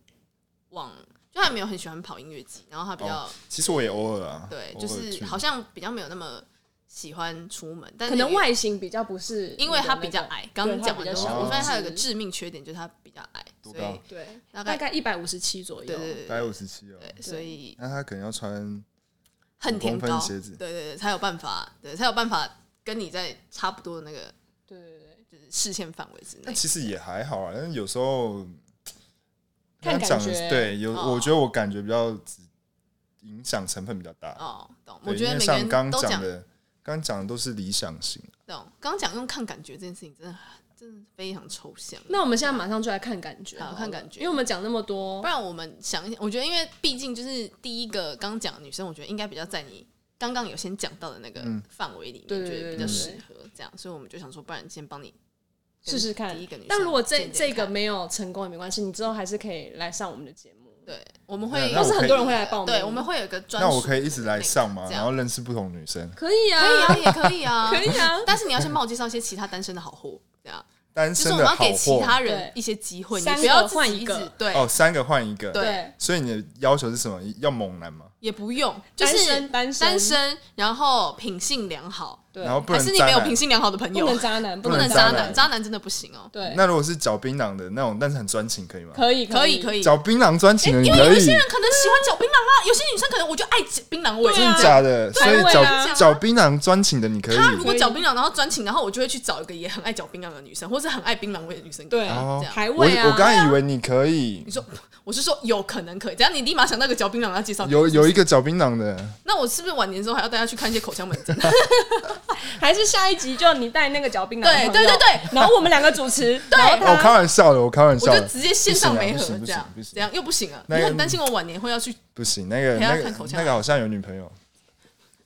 S1: 往，就她也没有很喜欢跑音乐季，然后她比较、
S3: 哦其实我也偶尔啊，
S1: 对，
S3: 偶
S1: 就
S3: 尔
S1: 是
S3: 去
S1: 好像比较没有那么喜欢出门，但是
S2: 可能
S1: 因为
S2: 外形比较不是，
S1: 因为她比较，矮，刚刚
S2: 对
S1: 讲
S2: 她
S1: 完
S2: 比较
S1: 之后，
S3: 小
S1: 我发现她有个
S2: 只
S1: 致命缺点就是她比较矮，
S3: 哦多
S1: 所
S3: 高
S1: 以
S2: 对，
S1: 大
S2: 大
S1: 概
S2: 概一百五十七左右，
S1: 对对对
S3: 大概
S1: 对
S3: 五十七哦。
S1: 对，所以
S3: 那他可能要穿
S1: 恨天
S3: 公分
S1: 高，
S3: 鞋
S1: 对
S3: 子
S1: 对对，才有办法，对才有办法跟你在差不多的那个
S2: 对对对
S1: 就是视线范围之内
S3: 但。其实也还好啊，但是有时候
S2: 看
S3: 他讲
S2: 感觉
S3: 的对有，
S1: 哦
S3: 我觉得我感觉比较只影响成分比较大。
S1: 哦，懂。
S3: 对
S1: 我觉
S3: 因
S1: 得
S3: 为
S1: 每个
S3: 像刚
S1: 人都
S3: 讲
S1: 讲
S3: 的，刚讲的都是理想型，
S1: 懂，刚讲用看感觉这件事情真的真的非常抽象。
S2: 那我们现在马上就来看感觉，
S1: 好
S2: 了
S1: 看感觉
S2: 因为我们讲那么多
S1: 不，然我们想一想，我觉得因为毕竟就是第一个刚讲的女生，我觉得应该比较在你刚刚有先讲到的那个
S3: 嗯
S1: 范围里面，
S2: 对对
S1: 觉得
S2: 对
S1: 比较
S3: 对
S1: 适合这样，所以我们就想说，不然先帮你跟
S2: 试试看
S1: 第一个女生见见看。
S2: 但如果这这个嗯没有成功也没关系，你之后还是可以来上我们的节目。
S1: 对，我们会
S3: 那那我可以或是很
S2: 多人会来报名
S1: 对，我们会有一个专
S3: 那
S1: 属，
S3: 我可以一直来上吗？
S1: 这样
S3: 然后认识不同女生，
S2: 可以啊，
S1: 可以啊，也可以啊，
S2: [LAUGHS] 可以啊，
S1: 但是你要先帮我介绍一些其他单身的好货，这样就
S3: 单
S1: 是
S3: 身
S1: 我们
S3: 的
S1: 要
S3: 好
S1: 给其
S3: 货
S1: 他人
S2: 对
S1: 一些机会，你
S2: 三
S1: 不要
S2: 个
S1: 自
S2: 换
S1: 己
S2: 一
S1: 一
S2: 个
S1: 直对
S3: 哦，三个换一个，
S1: 对
S2: 对，
S3: 所以你的要求是什么？要猛男吗？
S1: 也不用，就是
S2: 单身单身
S1: 单身，然后品性良好，
S2: 对
S3: 然后不
S1: 还
S3: 能
S1: 是你
S3: 渣
S1: 没有
S3: 男
S1: 品性良好的朋
S2: 不
S1: 友，
S2: 能渣男，
S1: 不能
S2: 能
S1: 渣
S3: 不能
S1: 男，渣男真的不行哦。
S2: 对，
S3: 那如果是嚼槟榔的那种，但是很专情，可以吗？
S2: 可以
S1: 可以
S2: 以
S1: 可
S2: 以，
S1: 以，哎
S3: 嚼槟榔专情的你
S1: 因为有
S3: 可
S1: 一些
S3: 以，
S1: 人可能喜欢嚼槟榔啊，有些女生可能我就爱嚼槟榔味。
S2: 对啊
S3: 真的假的？所以
S2: 对啊
S3: 嚼嚼槟榔专情的你可以，
S1: 她如果嚼槟榔，然后专情，然后我就会去找一个也很爱嚼槟榔的女生，或是很爱槟榔味的女生。
S2: 对
S3: 哦，
S2: 排
S3: 我
S2: 位啊，
S3: 我刚才以为你可以
S1: 你，说我是说有可能可以，只要你立马想到一个嚼槟榔要介绍给我，
S3: 有有一个嚼槟榔的，
S1: 那我是不是晚年之后还要带她去看一些口腔门诊？
S2: 还是下一集就你带那个嚼槟榔的
S1: 对
S2: 朋友，
S1: 对对对
S2: 然后我们两个主持，对
S3: 哦，我开玩笑的，我开玩
S1: 我
S3: 笑
S1: 就
S3: 的，
S1: 直接线上媒
S3: 不
S1: 合
S3: 行啊
S1: 这样
S3: 不行不行不，行
S1: 这样又不行了。你
S3: 那个
S1: 很担心我晚年会要去
S3: 不行，那个
S1: 陪他
S3: 那
S1: 看口
S3: 个
S1: 腔啊
S3: 那个好像有女朋友，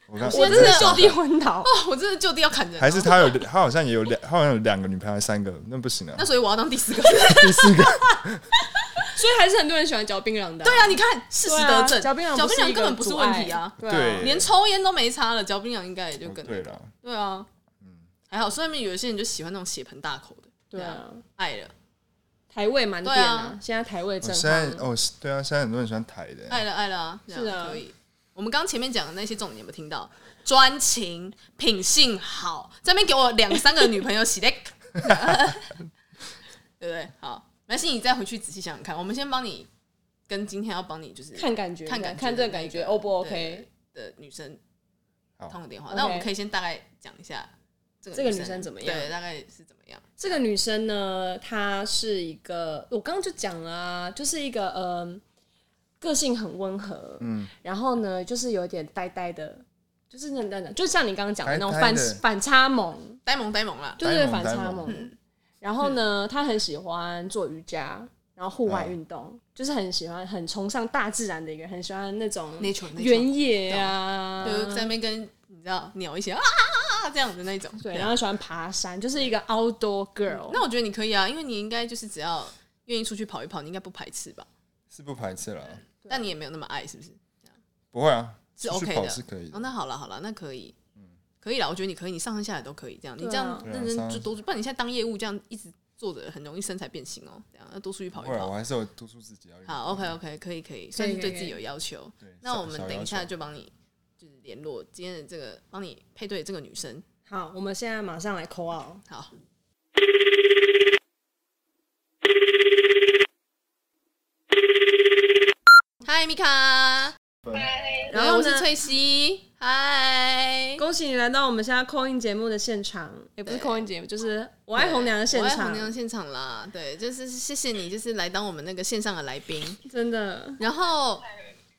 S3: 我刚
S2: 我真的就地昏倒，
S1: 哦，我真的就地要砍人。
S3: 还是他有他好像也有两，他好像有两个女朋友，还是三个，那不行啊
S1: 那，所以我要当第四个。 [LAUGHS]
S3: 第四个
S2: 所以还是很多人喜欢嚼槟榔的啊。
S1: 对啊，你看事实
S2: 对
S1: 得
S2: 啊，
S1: 证，
S2: 嚼槟榔
S1: 嚼
S2: 嚼
S1: 槟榔根本不是问题啊，
S2: 对
S3: 对哦
S1: 连抽烟都没差了，嚼槟榔应该也就更
S3: 对了，
S1: 对啊，还好，所以面有一些人就喜欢那种血盆大口的，
S2: 对
S1: 啊，
S2: 啊，
S1: 爱了，
S2: 台位满点
S1: 对啊
S2: 啊，现在台位
S3: 我
S2: 正
S3: 现在
S2: 夯，
S3: 哦是对啊，现在很多人喜欢台的，
S1: 爱了，爱了啊，这样
S2: 是啊
S1: 可以。我们刚刚前面讲的那些重点，有没有听到？专情、品性好，这边给我两三个女朋友洗的， [LAUGHS] 对不对？好，没关系，你再回去仔细想想看。我们先帮你跟今天要帮你就是
S2: 看感觉，
S1: 看感觉
S2: 看这个感觉
S1: 那个
S2: O 不
S1: 对
S2: OK？
S1: 的女生
S3: 好
S1: 通个电话。
S2: OK
S1: 那我们可以先大概讲一下这个
S2: 这个
S1: 女
S2: 女生怎么样
S1: 对，大概是怎么样？
S2: 这个女生呢，她是一个，我刚刚就讲了啊，就是一个嗯、个性很温和，嗯，然后呢，就是有点呆呆的，就是那那那，就像你刚刚讲的那种
S3: 呆呆
S2: 反
S3: 的
S2: 反差萌，
S1: 呆萌呆萌啦，
S2: 对对，
S3: 呆萌
S2: 反差
S3: 呆
S2: 萌
S3: 萌。
S1: 嗯
S2: 然后呢，她很喜欢做瑜伽，然后户
S3: 嗯
S2: 外运动，就是很喜欢，很崇尚大自然的一个人，很喜欢那种
S1: Nature，nature
S2: 原野啊，
S1: 就是在那边跟你知道鸟一起啊啊啊这样的那种。
S2: 对，然后喜欢爬山，就是一个 outdoor girl。
S1: 那我觉得你可以啊，因为你应该就是只要愿意出去跑一跑，你应该不排斥吧？
S3: 是不排斥啦，
S1: 但你也没有那么爱，是不是？
S3: 不会啊，
S1: 是
S3: 出去
S1: OK
S3: 跑
S1: 的，
S3: 是可以
S1: 哦，
S3: 的。
S1: 那好了好了，那可以，可以了。我觉得你可以，你上山下来都可以这样。你
S2: 对啊
S1: 这样
S3: 嗯对啊
S1: 认真
S3: 上
S1: 就
S3: 山
S1: 多，不然你现在当业务这样一直做着，很容易身材变形哦。这样要多出去跑
S3: 不
S1: 一
S3: 会啊，我
S1: 跑。
S3: 还是有督促自己要运动。
S1: 好，OK OK，可以可以，算是对自己有要求。
S3: 对，
S1: 那
S3: 小
S1: 我们
S3: 小
S1: 等一
S3: 要
S1: 下
S3: 求
S1: 就帮你就是联络今天的这个，帮你配对这个女生。
S2: 好，我们现在马上来 call out。
S1: 好，嗨，米卡，
S2: 然后
S1: 我
S2: 呢
S1: 是翠西，嗨，
S2: 恭喜你来到我们现在 call in 节目的现场，也不是 call in 节目，就是我爱红娘的现
S1: 我爱
S2: 场
S1: 红，娘的现场啦，对，就是谢谢你，就是来当我们那个线上的来宾，
S2: 真的
S1: 然后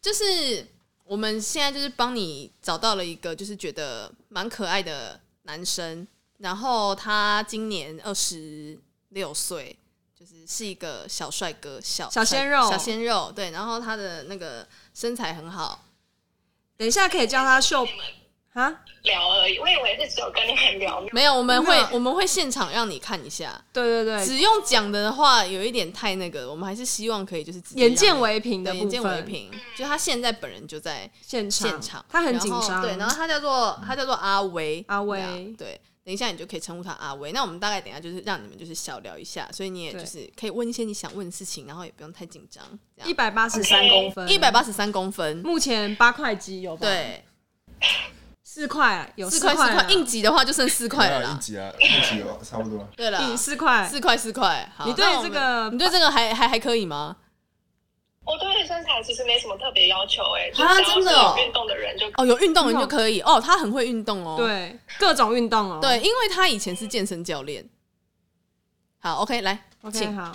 S1: 就是我们现在就是帮你找到了一个，就是觉得蛮可爱的男生，然后他今年二十六岁，就是是一个小帅哥，小
S2: 小鲜肉
S1: 小鲜肉，对，然后他的那个身材很好，
S2: 等一下可以叫他秀啊，
S4: 聊而已，我以为是只有跟你们聊。
S1: 没有，我们会
S2: 真的
S1: 我们会现场让你看一下。
S2: 对对对，
S1: 只用讲的话，有一点太那个，我们还是希望可以就是直接让
S2: 眼
S1: 你
S2: 见为凭的
S1: 对
S2: 部
S1: 眼见
S2: 分，
S1: 为凭，就他现在本人就在
S2: 现场
S1: 现场，
S2: 他很
S1: 然
S2: 紧
S1: 后
S2: 张，
S1: 对，然后他叫做他叫做阿威，
S2: 阿威
S1: 对啊对，等一下你就可以称呼他阿威。那我们大概等一下就是让你们就是小聊一下，所以你也
S2: 对
S1: 就是可以问一些你想问的事情，然后也不用太紧张，这
S2: 一
S1: 样。
S2: 百八十三
S4: OK
S2: 公分，
S1: 啊一百，八十三公分，
S2: 目前八块肌有吧？，
S1: 对，
S2: 四块啊有
S1: 四块四
S2: 块
S1: 块
S2: 了，，
S1: 应急的话就剩四块了
S3: 没有一
S1: 啦。
S3: 集啊，一集哦，差不多。
S1: 对了
S2: 硬，嗯四块，
S1: 啊四块四块。好
S2: 你对
S1: 那我们
S2: 这个
S1: 你对这个还还还可以吗？
S4: 我对身材其实没什么特别要求、哎，就
S1: 啊
S4: 是只要
S1: 真的
S4: 是
S1: 哦
S4: 有运动的人就
S1: 哦，有运动
S2: 运
S1: 你
S2: 动
S1: 就可以哦，他很会运动哦。
S2: 对，各种运动哦，
S1: 对，因为他以前是健身教练。好，OK，来
S2: ，OK，
S1: 请
S2: 好，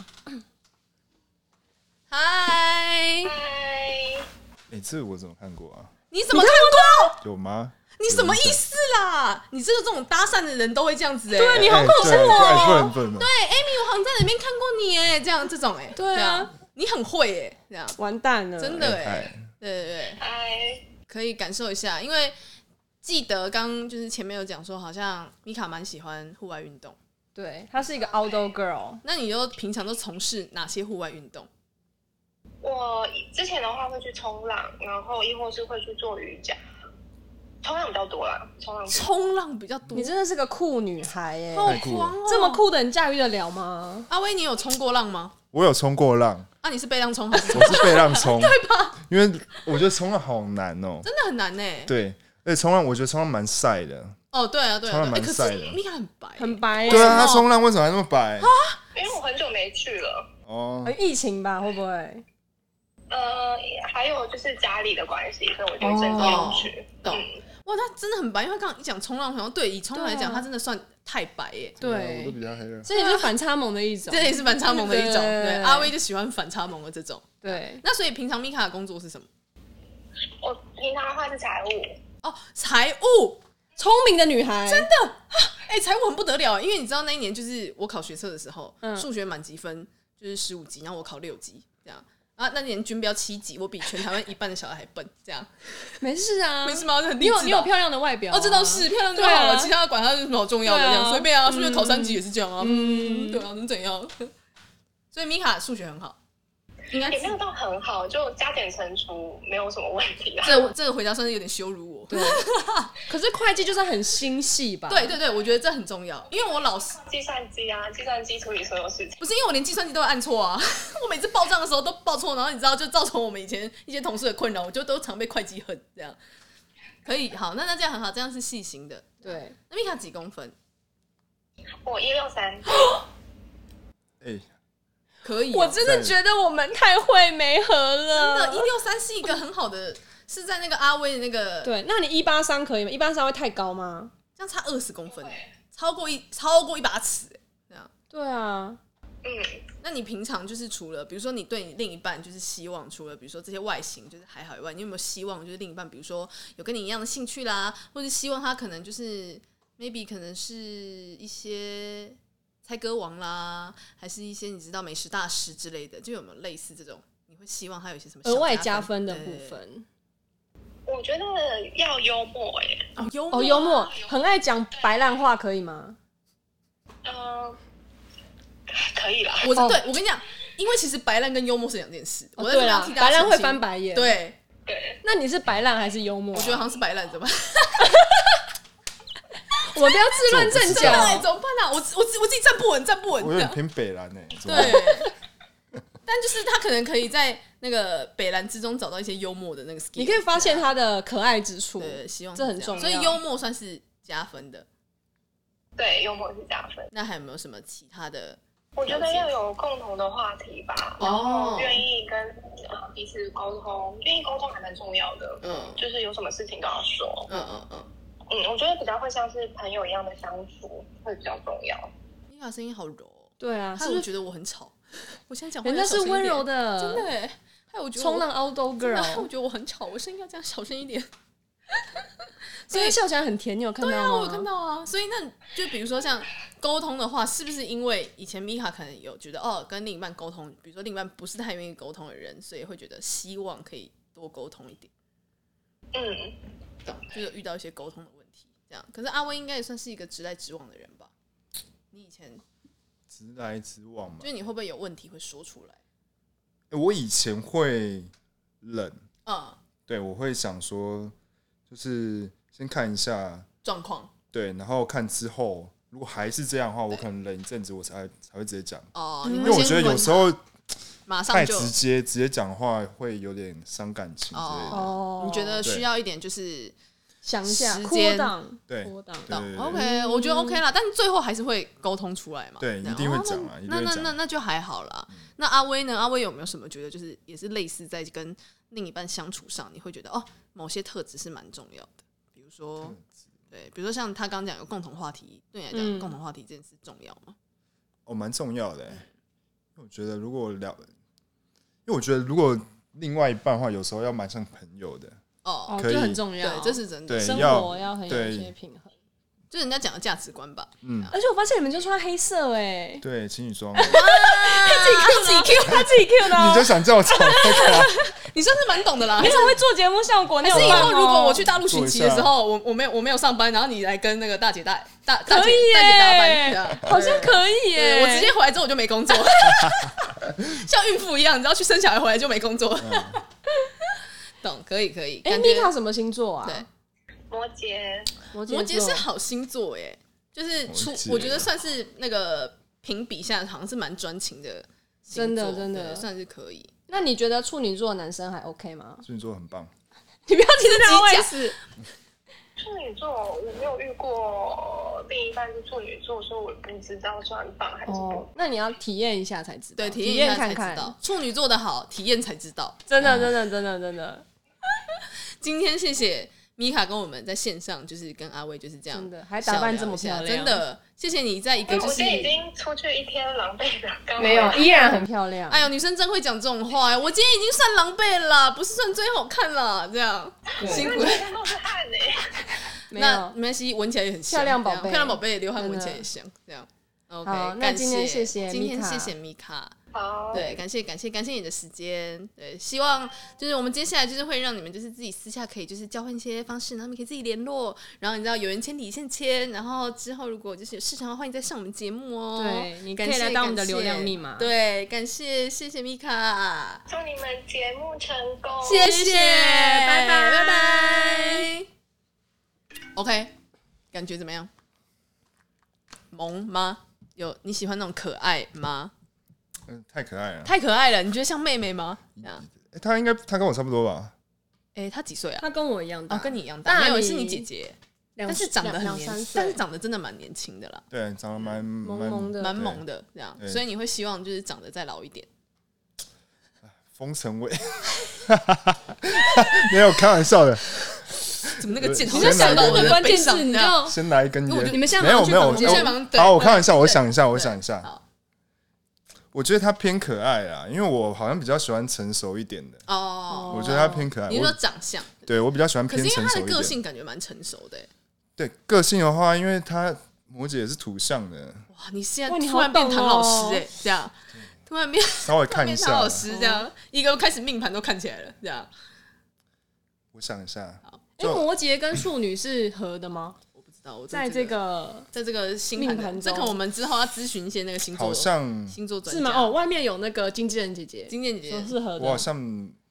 S1: 嗨，
S4: 嗨，
S3: 哎，这个我怎么看过啊？
S1: 你怎么看过？
S3: 有吗？
S1: 你什么意思啦？你这个这种搭讪的人都会这样子哎、
S2: 对
S1: 哎
S2: 你好
S3: 哎
S2: 过
S3: 对
S2: 分哦
S3: 哎不能不能，
S1: ，Amy，我好像在里面看过你哎、这样这种哎、
S2: 对啊
S1: 这样，你很会哎、这样
S2: 完蛋了，
S1: 真的哎、
S3: 哎
S1: 对对对，
S4: 嗨，
S1: 可以感受一下，因为记得刚就是前面有讲说，好像米卡蛮喜欢户外运动，
S2: 对，她是一个 outdoor girl，
S1: 那你又平常都从事哪些户外运动？
S4: 我之前的话会去冲浪，然后亦或是会去做瑜伽，冲浪比较多啦，冲浪比较多
S1: 冲浪比较多
S2: 你，真的是个酷女孩耶，
S1: 好
S3: 太酷
S1: 狂哦、
S2: 这么。酷的人驾驭得了吗？
S1: 阿威，你有冲过浪吗？
S3: 我有冲过浪，
S1: 啊，你是被浪冲还是？
S3: 我是被
S1: [LAUGHS]
S3: 浪冲，对吧？因为我觉得冲浪好难哦。
S1: 真的很难呢、欸
S3: 对，而且冲浪我觉得冲浪蛮晒的。
S1: 哦，对啊，对啊，对
S3: 冲浪
S1: 啊哎
S3: 蛮
S1: 可
S3: 晒
S1: 是
S3: 的
S1: 米卡很白欸、
S2: 很白耶，
S3: 对
S1: 什么
S3: 啊，他冲浪为什么还那么白？
S4: 因为我很久没去了，
S3: 哦
S1: 哎
S2: 呃，疫情吧，会不会？
S4: 呃，还有就是家里的关系，所以我就一直都有去。
S1: 懂
S4: 嗯
S1: 哇，他真的很白，因为他刚刚一讲冲浪，好像对以冲浪来
S2: 对啊啊
S1: 讲，他真的算太白耶。
S3: 我都比较黑了。
S2: 这也是反差萌的一种
S1: 这。也是反差萌的一种，
S2: 对
S1: 对，阿威就喜欢反差萌的这种。
S2: 对，
S1: 那所以平常米卡的工作是什么？
S4: 我平常的话是财务，
S1: 哦，财务，
S2: 聪明的女孩，真的
S1: 哎、财务很不得了，因为你知道那一年就是我考学测的时候，
S2: 嗯
S1: 数学满级分就是十五级，然后我考六级，这样啊，那年均标七级，我比全台湾一半的小孩还笨，这样
S2: 没事啊，
S1: 没事吗？这很励
S2: 你
S1: 志
S2: 有
S1: 吧
S2: 你有漂亮的外表啊，
S1: 哦，这倒是漂亮就好了，
S2: 对啊
S1: 其他的管它有什么好重要的，
S2: 对啊
S1: 这样随便啊，数学考三级也是这样啊，嗯，对啊，能怎样？ [LAUGHS] 所以米卡数学很好，应该
S4: 也没有到很好，就加减乘除没有什么问题啦。
S1: [LAUGHS] 这这个回答算是有点羞辱我。对
S2: [LAUGHS]
S1: 啊
S2: 可是会计就算很心细吧？
S1: 对对我觉得这很重要，因为我老是
S4: 计算机啊，计算机处理所有事情。
S1: 不是因为我连计算机都会按错啊， [LAUGHS] 我每次报账的时候都报错，然后你知道就造成我们以前一些同事的困扰，我就都常被会计恨这样。可以，好，那那这样很好，这样是细心的。
S2: 对，
S1: 那米卡几公分？
S4: 我一六三，
S3: 哎，
S1: 可以哦、
S2: 我真的觉得我们太会媒合
S1: 真
S2: 了，
S1: 啊的，一六六三是一个很好的，是在那个阿威的那个，
S2: 对，那你一八三可以吗？一八三会太高吗？
S1: 这样差二十公分欸，超过一超过一把尺欸，这样。
S2: 对啊，
S4: 嗯，
S1: 那你平常就是除了，比如说你对你另一半就是希望，除了比如说这些外形就是还好以外，你有没有希望就是另一半，比如说有跟你一样的兴趣啦，或者希望他可能就是 maybe 可能是一些猜歌王啦，还是一些你知道美食大师之类的，就有没有类似这种？你会希望他有一些什么小
S2: 额外
S1: 加
S2: 加分的部
S1: 对
S2: 分
S4: 我觉得要幽默哎、
S1: 哦，幽默
S2: 哦，幽默，很爱讲白烂话，可以吗？
S4: 嗯、 [LAUGHS] 可以啦。
S1: 我是
S2: 哦
S1: 对我跟你讲，因为其实白烂跟幽默是两件事。我
S2: 哦
S1: 在这
S2: 对
S1: 边
S2: 啦
S1: 要替大家
S2: 白烂
S1: 澄
S2: 会
S1: 清
S2: 翻白眼
S1: 对，
S4: 对，
S2: 那你是白烂还是幽默啊？
S1: 我觉得好像是白烂，怎么办？
S2: 我们不要自乱阵
S1: 怎么办
S2: 脚
S1: 怎。么办啊？我我我自己站不稳，站不稳。
S3: 我
S1: 这
S3: 有
S1: 样。
S3: 点偏北蓝呢、欸。怎么办
S1: 对，但就是他可能可以在那个北蓝之中找到一些幽默的那个 skill，
S2: 你可以发现他的可爱之处，
S1: 对，希望是
S2: 这很
S1: 样
S2: 重要。
S1: 所以幽默算是加分的。
S4: 对，幽默是加分。
S1: 那还有没有什么其他的？
S4: 我觉得要有共同的话题吧，然
S1: 哦
S4: 后愿意跟呃彼此沟通，愿意沟通还蛮重要的。
S1: 嗯
S4: 就是有什么事情都要说，
S1: 嗯嗯嗯。
S4: 嗯，我觉得比较会像是朋友一样的相处会比较重要。
S1: 妮卡声音好柔哦，
S2: 对啊，
S1: 害
S2: 是
S1: 我
S2: 不是？
S1: 觉得我很吵。 [LAUGHS] 我现在讲话
S2: 人家
S1: 要小
S2: 是
S1: 声一
S2: 温
S1: 点
S2: 柔，的，呃
S1: 真的哎。害我觉得我
S2: 冲浪 outdoor
S1: 真的害我
S2: girl，
S1: 觉得我很吵，我声音要这样小声一点。
S2: 所以笑起来很甜，你有看到
S1: 对
S2: 吗？
S1: 啊，我有看。到啊。所以那就比如说像沟通的话，是不是因为以前米卡可能有觉得哦，跟另一半沟通，比如说另一半不是太愿意沟通的人，所以会觉得希望可以多沟通一点，
S4: 嗯，
S1: 就是遇到一些沟通的问题这样。可是阿威应该也算是一个直来直往的人吧？你以前
S3: 直来直往嘛
S1: 就。是你会不会有问题会说出来？
S3: 欸我以前会冷，
S1: 嗯，
S3: 对我会想说，就是先看一下，
S1: 状况
S3: 对，然后看之后，如果还是这样的话，我可能忍一阵子，我才才会直接讲。
S1: 哦，你
S3: 因
S1: 会
S3: 为我
S1: 先
S3: 觉得有
S1: 问
S3: 时候
S1: 马上
S3: 太
S1: 就
S3: 直接，直接讲话会有点伤感情之类的。
S2: 哦，
S1: 你觉得
S3: 对
S1: 需要一点就是
S2: 想一下
S1: 时
S2: ，cool
S1: 间
S2: down，
S3: 对
S2: cool down
S3: 对对对
S1: 哦 OK，我觉得 OK 啦，但是最后还是会沟通出来嘛。
S3: 对
S1: 这样
S3: 一定会
S1: 哦
S3: 讲啊一定
S1: 那
S3: 会
S1: 那
S3: 讲嗯
S1: 那那就还好啦。那阿威呢？阿威有没有什么觉得就是也是类似在跟另一半相处上，你会觉得哦，某些特质是蛮重要的，比如说对，比如说像他刚讲有共同话题，对你来讲、
S2: 嗯
S1: 共同话题这件事重要吗？
S3: 哦，蛮重要的欸。因为我觉得如果聊，因为我觉得如果另外一半的话，有时候要蛮像朋友的，
S1: 哦，
S2: 哦，
S3: 可以
S2: 这很重要，
S1: 对，这是真的，
S3: 对
S2: 生
S3: 要
S2: 活要很有一些平衡。
S1: 就人家讲的价值观吧。
S3: 嗯，
S2: 而且我发现你们就穿黑色哎，
S1: [LAUGHS]
S3: 对，情侣
S2: [LAUGHS]
S3: 装，
S2: 他自己 Q，他自己 Q 的
S3: 你
S2: 哦 [LAUGHS]
S3: 就，想叫我讲那个啊、
S1: 你算是蛮懂的啦。
S2: 你怎么会做节目效果？
S1: 还
S2: 那
S1: 是以后如
S2: 哦
S1: 果我去大陆巡
S3: 做一
S1: 集的时
S3: 下
S1: 候，我我没有我没有上班，然后你来跟那个大姐大大大
S2: 可
S1: 姐
S2: 以
S1: 大姐搭班，啊
S2: 耶
S1: 这样，
S2: [LAUGHS] 好像可以欸
S1: 对
S2: 耶，
S1: 我直接回来之后我就没工
S3: [LAUGHS]
S1: 作，像孕妇一样，你知道去生小孩回来就没工作。
S3: 嗯
S1: [LAUGHS] 懂，可以可以。
S2: 哎
S1: 感觉
S2: ，Mika 什么星座啊？
S1: 对，
S4: 摩羯，
S1: 摩
S2: 摩
S1: 羯
S2: 羯
S1: 是
S2: 座
S1: 好星座耶，就是出
S3: 摩羯啊
S1: 我觉得算是那个评比下好像是蛮专情的星座，
S2: 真的真的
S1: 对算是可以。
S2: 那你觉得处女座的男生还
S1: [LAUGHS]
S2: OK 吗？
S3: 处女座很棒，
S2: 你不要提
S1: 这
S2: 这
S1: 我也
S2: 位
S1: 是，
S4: 处女座我没有遇过另一半是处女座，所以我不知道算棒还是不
S2: 哦，那你要体验一下才知道，
S1: 对，体
S2: 验
S1: 验一下才
S2: 看
S1: 知
S2: 看，
S1: 道处女座的好，体验才知道。
S2: 真的真的真的真的
S1: 今天谢谢米卡跟我们在线上，就是跟阿威就是这样小聊
S2: 真
S1: 一下，
S2: 的还打扮这么漂亮
S1: 真的谢谢你在一个
S4: 棒。
S1: 就
S4: 哎我
S1: 是
S4: 今天已经出去一天狼狈的，刚好
S2: 没有，依然很漂
S1: [LAUGHS]
S2: 亮。
S1: 哎呦，女生真会讲这种话哎！我今天已经算狼狈了，不是算最好看了，这样辛苦
S4: 那。全
S1: [LAUGHS]
S4: 身都是汗呢、
S2: 没
S1: 那
S2: 有
S1: 没关系，闻起来也很香
S2: 漂亮宝贝
S1: 这样漂亮宝贝流汗
S2: 真的
S1: 闻起来也香，这样。OK，
S2: 好那
S1: 感
S2: 今天谢谢
S1: 今天
S2: Mika
S1: 谢谢米卡，
S4: 好，
S1: 对，感谢感谢感谢你的时间，对，希望就是我们接下来就是会让你们就是自己私下可以就是交换一些方式，然后你们可以自己联络，然后你知道有人签底线签，然后之后如果就是有市场的话，欢迎再上我们节目哦。
S2: 对你
S1: 可以
S2: 可以来当我们的
S1: 感谢
S2: 流量密码
S1: 对，感谢谢谢米卡。
S4: 祝你们节目成功，
S1: 谢
S2: 谢
S1: 谢，
S2: 谢拜拜
S1: 拜拜。OK，感觉怎么样？萌吗？有你喜欢那种可爱吗？
S3: 嗯、太可爱了。
S1: 太可爱了，你觉得像妹妹吗？这样
S3: 欸他应该他跟我差不多吧？
S1: 哎、她几岁啊？
S2: 他跟我一样大，
S1: 哦，跟你一样
S2: 大
S1: 大，没有
S2: 你
S1: 是你姐姐，
S2: 两，
S1: 但是长得很
S2: 两
S1: 年
S2: 两三，
S1: 但是
S2: 岁，
S1: 长得真的蛮年轻的啦，
S3: 对，长得蛮
S2: 萌
S3: 蛮
S2: 萌的，
S1: 蛮萌的这样，
S3: 对
S1: 所以你会希望就是长得再老一点。
S3: 风尘味， [LAUGHS] 没有开玩笑的，
S1: 怎么那个箭头
S3: 你
S1: 好
S3: 就
S1: 像
S3: 想
S1: 射到
S3: 到
S1: 我
S3: 我的
S1: 的
S2: 关
S1: 背
S2: 键字，
S1: 上
S2: 你
S1: 这
S2: 就
S1: 样？
S3: 先拿一根
S1: 哦我
S3: 烟。
S1: 就
S2: 你们现在
S3: 没有
S2: 忙去
S3: 没有，
S2: 房间
S1: 我
S3: 我
S1: 现在忙对
S3: 好，我开玩笑，
S1: 对
S3: 我想一下，我
S1: 对
S3: 想一下。
S1: 好
S3: 我觉得他偏可爱啦，因为我好像比较喜欢成熟一点的，
S1: 哦，
S3: 我觉得他偏可爱。
S1: 你是说
S3: 我
S1: 长相，
S3: 对我比较喜欢
S1: 可
S3: 偏
S1: 是因为
S3: 成
S1: 他
S3: 熟
S1: 的
S3: 一
S1: 个
S3: 点。
S1: 性感觉蛮成熟的欸。
S3: 对个性的话，因为他摩羯也是土象的，
S1: 哇，啊你现
S2: 哇
S1: 在
S2: 你好
S1: 突然变
S2: 懂
S1: 唐老
S2: 哦
S1: 师哎，这样突然变
S3: 稍微
S1: 突然
S3: 看一
S1: 变唐
S3: 下
S1: 老。师这
S2: 哦
S1: 样，一个开始命盘都看起来了，这样
S3: 我想一下，
S2: 哎，
S3: 就
S2: 摩羯跟处女是合的吗？
S1: 我不知道。我对
S2: 在这个
S1: 在这个星
S2: 命
S1: 盘
S2: 盘
S1: 的，
S2: 中
S1: 这个我们之后要咨询一些那个星座，
S3: 好像
S1: 星座专
S2: 是
S1: 家
S2: 吗？哦，，外面有那个经纪人姐姐，
S1: 金姐
S2: 说
S1: 姐
S2: 是合
S3: 我好 [LAUGHS]
S2: 的。
S3: 像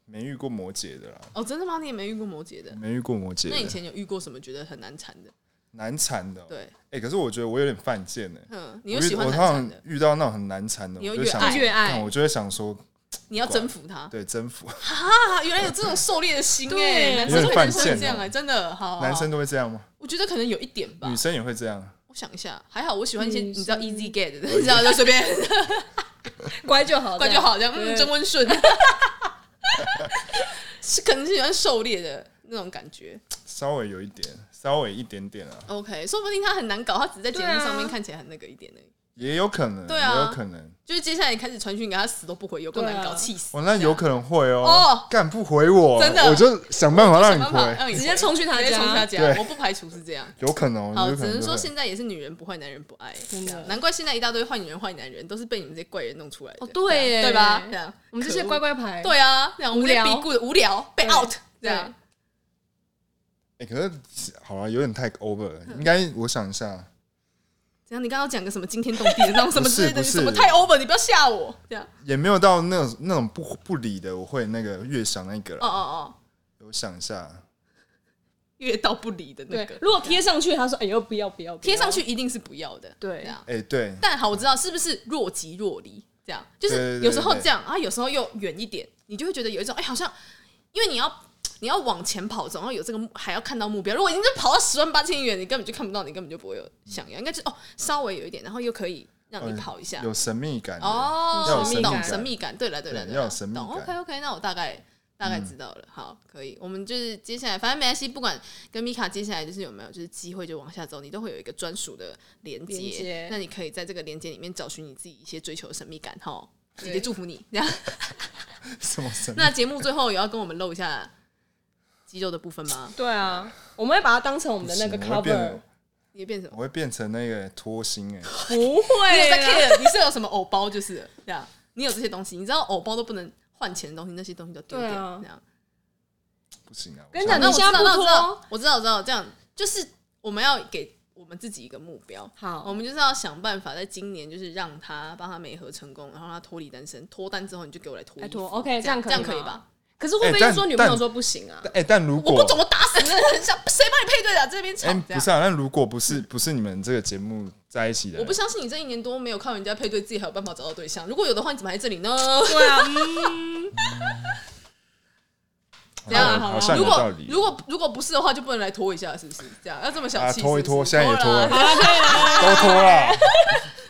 S3: 没遇过摩羯的啦，
S1: 哦，真的吗？你也没遇过摩羯的？
S3: 没遇过摩羯
S1: 那以
S3: 的，
S1: 前有遇过什么觉得很难缠的？
S3: 难缠的哦。
S1: 对，
S3: 哎，可是我觉得我有点犯贱欸呢。
S1: 嗯，你
S3: 我
S1: 又
S3: 遇
S1: 喜欢
S3: 我
S1: 难
S3: 通
S1: 缠
S3: 常
S1: 的，
S3: 遇到那种很难缠的，
S1: 你又
S3: 我就
S1: 越
S3: 想
S1: 爱哦
S2: 越爱
S3: 看我就会想说，
S1: 你要征服他
S3: 对，征服
S1: 啊！原来有这种狩猎的心哎，
S2: 对
S1: 男
S3: 有
S1: 生
S3: 点
S1: 会
S3: 犯
S1: 男生会
S3: 贱
S1: 这样
S3: 哦
S1: 哎，真的好。好
S3: [LAUGHS] 男生，都会这样吗？
S1: 我觉得可能有一点吧
S3: 女。生也会这样？啊
S1: 我想一下，还好我喜欢一些
S2: 女
S1: 你知道
S2: 生
S1: easy get 的，你知道就随便
S2: 乖就好，
S1: 怪就好，这样嗯，
S2: 对
S1: 真温 [LAUGHS] 顺，是可能是喜欢狩猎的那种感觉。
S3: 稍微有一点，稍微一点点啊，
S1: OK，说不定他很难搞，他只是在节目
S2: 对啊
S1: 上面看起来很那个一点而已。
S3: 也有可能，
S1: 对啊
S3: 也有可能。
S1: 就是接下来你开始传讯给他，死都不回，有够难搞，
S2: 对啊
S1: 气死！
S3: 哇，那有可能会哦
S1: 哦，
S3: 干不回我，
S1: 真的
S3: 我就想办法让你
S1: 想办法
S3: 回，
S1: 让你
S2: 直接冲去他
S1: 直接
S2: 家
S1: 冲去他家
S3: 对，
S1: 我不排除是这样。
S3: 有可能，哦
S1: 好，
S3: 有
S1: 只
S3: 可能
S1: 能
S3: 就
S1: 说
S3: 会
S1: 现在也是女人不坏，男人不爱，
S2: 真的
S1: 这样难怪现在一大堆坏女人、坏男人都是被你们这些怪人弄出来的，
S2: 哦对耶
S1: 对吧？这样
S2: 我们这些乖，乖牌，
S1: 可恶对啊，这样我们这些
S2: 无聊
S1: 比顾的无聊，被
S2: 对
S1: out 这
S2: 对
S1: 样。
S3: 哎，可是好了，有点太 over 了，
S1: 嗯
S3: 应该我想一下，
S1: 怎样？你刚刚讲个什么惊天动地的那种什么之类的，
S3: 不
S1: 你
S3: 是
S1: 什么
S3: 不是
S1: 太 over，你不要吓我这样。
S3: 也没有到那种那种不不理的，我会那个越想那个
S1: 哦哦
S3: 了，
S1: 哦，
S3: 我想一下，
S1: 越到不理的那
S2: 对
S1: 个，，
S2: 如果贴上去，他说哎呦不要不要，不
S1: 贴
S2: 要
S1: 上去一啊定是不要的，
S2: 对
S1: 这样。
S3: 哎，对，
S1: 但好，我知道是不是若即若离，这样就
S3: 对对
S1: 是
S3: 对
S1: 有时候这样啊，有时候又远一点，你就会觉得有一种哎、好像因为你要你要往前跑，总要有这个目，还要看到目标。如果你就跑到十万八千远，你根本就看不到，你根本就不会有想要。应该就是哦，稍微有一点，然后又可以让你
S3: 嗯
S1: 跑一下。
S3: 有神秘感的
S1: 哦，
S3: 要有
S2: 神秘
S1: 懂
S2: 感
S1: 神秘感，对了对了，
S3: 对
S1: 对
S3: 要
S1: 了
S3: 有神秘
S1: 懂
S3: 感嗯
S1: OK OK，那我大概大概知道了。好，可以，我们就是接下来，反正没关系，不管跟米卡接下来就是有没有就是机会就往下走，你都会有一个专属的连
S2: 连
S1: 接
S2: 接，
S1: 那你可以在这个连接里面找寻你自己一些追求的神秘感哈。姐姐
S2: 对
S1: 祝福你。这样，
S3: [LAUGHS] 什么神秘
S1: 那节目最后有要跟我们露一下肌肉的部分吗？
S2: 对啊，我们会把它当成我们的那个
S3: 不行我会变
S2: cover，
S3: 得
S1: 你会变什么？
S3: 我会变成那个拖星哎，
S1: [LAUGHS]
S2: 不
S1: 你有
S2: 会啊
S1: 在
S2: 啦，
S1: care？你是有什么偶包就是了这样？你有这些东西，你知道偶包都不能换钱的东西，那些东西都丢
S2: 对
S1: 掉。
S2: 啊
S1: 这样。
S3: 不行啊，
S2: 跟你
S3: 我
S2: 讲
S3: 想
S1: 那我知道，
S2: 现在不
S1: 那我知道
S2: 脱，
S1: 我知道，我知道，这样就是我们要给我们自己一个目标，我
S2: 好，
S1: 们就是要想办法在今年就是让他帮他媒合成功，然后让他脱离单身，脱单之后你就给我来脱衣
S2: 拜
S1: 服，
S2: 托，OK，
S1: 这
S2: 这
S1: 样
S2: 样
S1: 这
S2: 可
S1: 样
S2: 以
S1: 可以
S2: 吗
S1: 吧？
S2: 可是会不
S3: 哎
S2: 会
S3: 但
S2: 是说女朋友说不行啊？
S3: 哎，但如
S1: 我
S3: 果
S1: 不懂，我打死你！很像谁帮你配对的啊？这边
S3: 哎
S1: 吵，这
S3: 不
S1: 样
S3: 是。啊，那如果不是不是你们这个节目在一起的人，
S1: 我不相信你这一年多没有靠人家配对，自己还有办法找到对象。如果有的话，你怎么还在这里呢？
S2: 对啊，
S1: 这样啊
S3: 好像
S1: 如
S3: 有道
S1: 果
S3: 理。
S1: 如果如果不是的话，就不能来拖一下，是不是？这样要这么小
S3: 啊，
S1: 气，
S3: 拖一
S1: 是不是
S3: 拖，现在也拖
S1: 啦 [LAUGHS]
S3: 了，都拖了。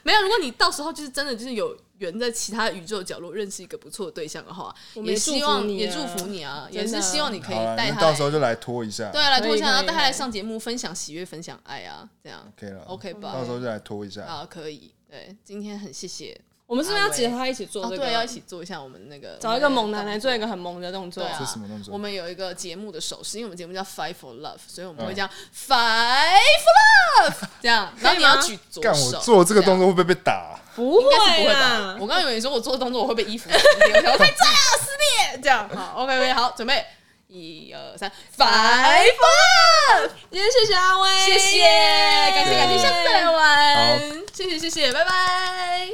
S1: 没有，如果你到时候就是真的就是有缘在其他宇宙角落认识一个不错的对象的话，
S2: 我们
S1: 也
S2: 也祝
S1: 希
S2: 福
S1: 望
S2: 你
S1: 也
S2: 啊
S1: 祝福你啊，也
S2: 真
S1: 是
S2: 的
S1: 希望你可以
S3: 好了，
S1: 带
S3: 那
S1: 他
S3: 到时
S1: 来，
S3: 候就来拖一下。
S1: 对啊，来
S2: 可
S1: 脱
S2: 以
S1: 下，然后
S2: 可以
S1: 带他来
S2: 可以
S1: 上节目，分享喜悦，分享爱啊，这样
S3: OK 了
S1: OK 吧
S3: 到时？候就来拖一下。
S1: 啊，可以，对，今天很谢谢，
S2: 我们是不是要结合他一起做
S1: 哦，
S2: 这
S1: 对，要一
S2: 个？
S1: 起做一下我们那个
S2: 找一个猛男来做
S1: 个。
S2: 一个很猛的动作
S1: 对，啊
S3: 这什么动，作
S1: 我们有一个节目的手势，因为我们节目叫 Fight for Love，所以我们会
S3: 嗯
S1: 讲 Fight for Love 这样，然后你要
S2: 吗
S1: 举左
S3: 干
S1: 手，
S3: 我做这个
S1: 样
S3: 动作会不会被打？啊
S2: 不
S1: 应该是不
S2: 会
S1: 会吧
S2: 啦？，
S1: 我刚刚以为你说我做的动作我会被衣服撕裂，我想说太醉了，撕裂这样。好，OK OK，好，准备一二三，five，four
S2: 今天谢谢阿威，
S1: 谢谢，感谢感谢，下次再来玩，谢谢谢谢，拜拜。